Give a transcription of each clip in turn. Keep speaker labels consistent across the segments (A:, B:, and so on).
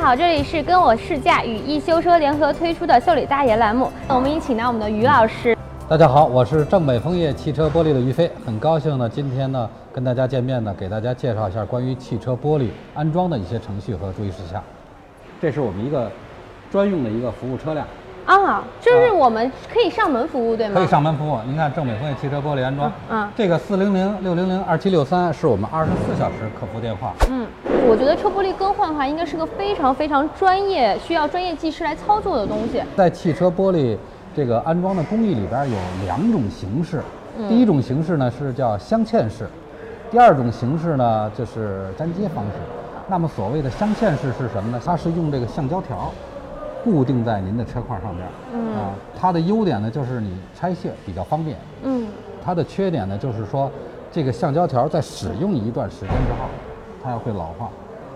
A: 好，这里是跟我试驾与一修车联合推出的“秀里大爷”栏目，我们一起呢，我们的于老师。
B: 大家好，我是正北枫叶汽车玻璃的于飞，很高兴呢，今天呢跟大家见面呢，给大家介绍一下关于汽车玻璃安装的一些程序和注意事项。这是我们一个专用的一个服务车辆，
A: 啊，这是我们可以上门服务对吗？
B: 可以。上门服务。您看正北枫叶汽车玻璃安装，
A: 嗯嗯
B: 这个四零零六零零二七六三是我们二十四小时客服电话。
A: 嗯，我觉得车玻璃更换的话，应该是个非常非常专业，需要专业技师来操作的东西。
B: 在汽车玻璃这个安装的工艺里边有两种形式，第一种形式呢是叫镶嵌式，第二种形式呢就是粘接方式。那么所谓的镶嵌式是什么呢？它是用这个橡胶条固定在您的车块上边，
A: 嗯
B: 啊，它的优点呢就是你拆卸比较方便，
A: 嗯，
B: 它的缺点呢，就是说这个橡胶条在使用一段时间之后，它会老化。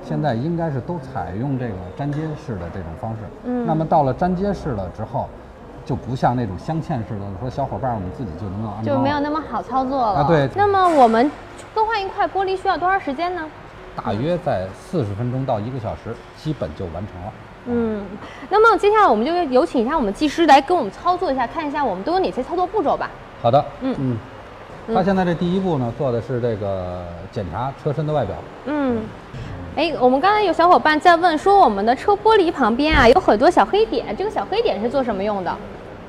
B: 现在应该是都采用这个粘接式的这种方式。
A: 嗯
B: 那么到了粘接式了之后，就不像那种镶嵌式的，说小伙伴儿我们自己就能够安装
A: 就
B: 了。
A: 没有那么好操作了。
B: 哦啊对
A: 那么我们更换一块玻璃需要多长时间呢？
B: 大约在四十分钟到一个小时，基本就完成了。
A: 嗯，那么接下来我们就有请一下我们技师来跟我们操作一下，看一下我们都有哪些操作步骤吧。
B: 好的，
A: 嗯
B: 嗯。他现在这第一步呢，做的是这个检查车身的外表。
A: 嗯，哎，我们刚才有小伙伴在问说，我们的车玻璃旁边啊有很多小黑点，这个小黑点是做什么用的？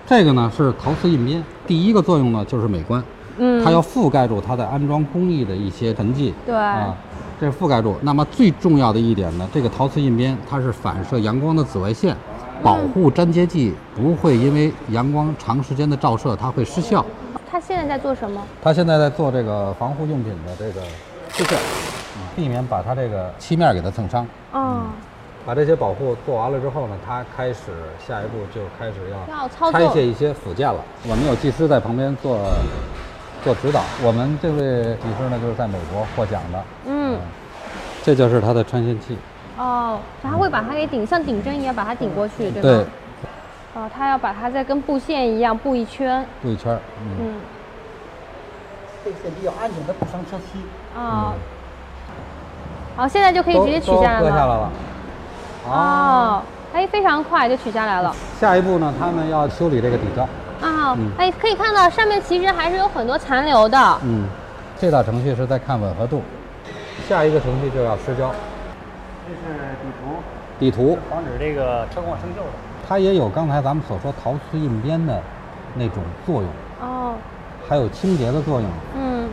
B: 这个呢是陶瓷印边，第一个作用呢就是美观。
A: 嗯，
B: 它要覆盖住它在安装工艺的一些痕迹。
A: 对
B: 啊，这覆盖住。那么最重要的一点呢，这个陶瓷印边它是反射阳光的紫外线，保护粘接剂不会因为阳光长时间的照射它会失效。
A: 它现在在做什么？
B: 它现在在做这个防护用品的这个试卷，嗯避免把它这个漆面给它蹭伤。
A: 哦，
B: 把这些保护做完了之后呢，它开始下一步就开始
A: 要
B: 要
A: 操作
B: 拆卸一些附件了。我们有技师在旁边做做指导。我们这位技师呢，就是在美国获奖的，
A: 嗯，
B: 这就是它的穿线器。
A: 哦，它还会把它给顶，像顶针一样把它顶过去，对吗？
B: 对，
A: 哦，它要把它再跟布线一样布一圈。
B: 布一圈儿。嗯，
A: 嗯，
C: 这些比较安全，它不伤车漆。
A: 哦，好、现在就可以直接取
B: 嗯都
A: 下来
B: 都割
A: 了。
B: 下来了。啊
A: 哦，哎，非常快就取下来了。
B: 下一步呢，他们要修理这个底胶。
A: 啊、
B: 嗯
A: 哎，可以看到上面其实还是有很多残留的。
B: 嗯，这道程序是在看吻合度。下一个程序就要施胶，
C: 这是底图，
B: 底涂。
C: 防止这个车况生锈的。
B: 它也有刚才咱们所说陶瓷印边的那种作用，
A: 哦，
B: 还有清洁的作用。
A: 嗯，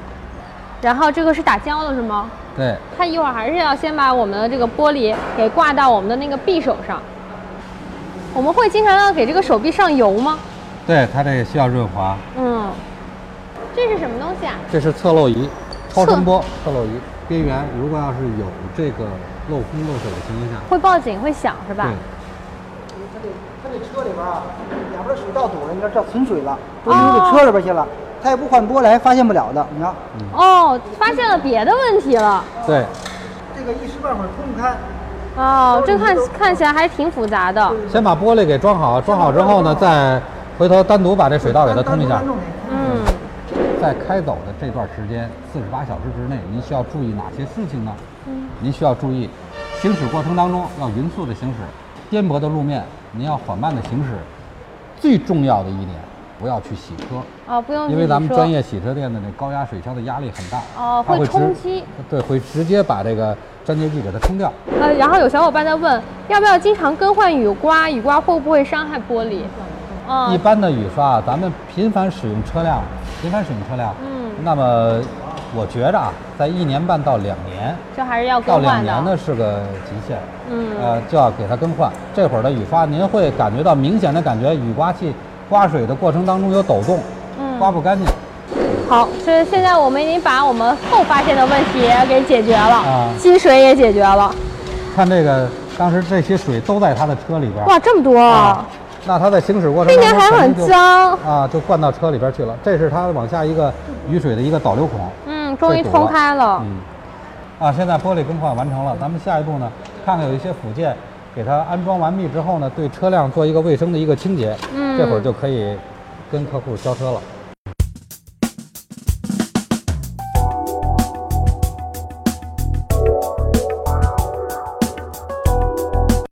A: 然后这个是打胶的是吗？
B: 对，
A: 它一会儿还是要先把我们的这个玻璃给挂到我们的那个匕首上。我们会经常要给这个手臂上油吗？
B: 对，它这个需要润滑。
A: 嗯，这是什么东西啊？
B: 这是侧漏仪，超声
A: 侧
B: 波侧漏仪。边缘如果要是有这个漏风漏水的情况下，
A: 会报警会响是吧？
B: 对，
C: 它这它这车里边啊，两边水道堵了，你看这存水了，都流到车里边去了。它也不换玻璃，还发现不了的。你看，
B: 嗯
A: 哦，发现了别的问题了。
B: 对，
C: 这个一时半会儿通不开。
A: 哦，这看看起来还挺复杂的。
B: 先把玻璃给装好，装好之后呢，再回头单独把这水道给它通一下
C: 单。独单独给
A: 嗯，
B: 在开走的这段时间，四十八小时之内，您需要注意哪些事情呢？
A: 嗯，
B: 您需要注意，行驶过程当中要匀速的行驶，颠簸的路面您要缓慢的行驶。最重要的一点，不要去洗车。
A: 哦，不用。
B: 因为咱们专。业洗车店的那高压水枪的压力很大，
A: 哦
B: 它
A: 会
B: 直
A: 冲击，
B: 对，会直接把这个粘接剂给它冲掉。
A: 呃，然后有小伙伴在问，要不要经常更换雨刮？雨刮会不会伤害玻璃？
B: 一
A: 嗯，
B: 般的雨刷，啊咱们频繁使用车辆，频繁使用车辆，
A: 嗯
B: 那么我觉着啊，在一年半到两年
A: 这还是要
B: 到
A: 更
B: 两
A: 换
B: 年
A: 的。
B: 呢是个极限，
A: 嗯
B: 呃，就要给它更换。这会儿的雨刷，您会感觉到明显的感觉，雨刮器刮水的过程当中有抖动，
A: 嗯
B: 刮不干净。
A: 好，所以现在我们已经把我们后发现的问题给解决了
B: 啊，
A: 积水也解决了。
B: 看这个，当时这些水都在他的车里边儿，
A: 哇，这么多！
B: 啊，那它在行驶过程
A: 那
B: 当
A: 年
B: 中
A: 还
B: 肯
A: 很
B: 定就
A: 脏。
B: 啊，就灌到车里边去了。这是它往下一个雨水的一个导流孔。
A: 嗯，终于
B: 被堵
A: 通开了。
B: 嗯，啊，现在玻璃更换完成了，咱们下一步呢，看看有一些附件，给它安装完毕之后呢，对车辆做一个卫生的一个清洁。
A: 嗯
B: 这会儿就可以跟客户交车了。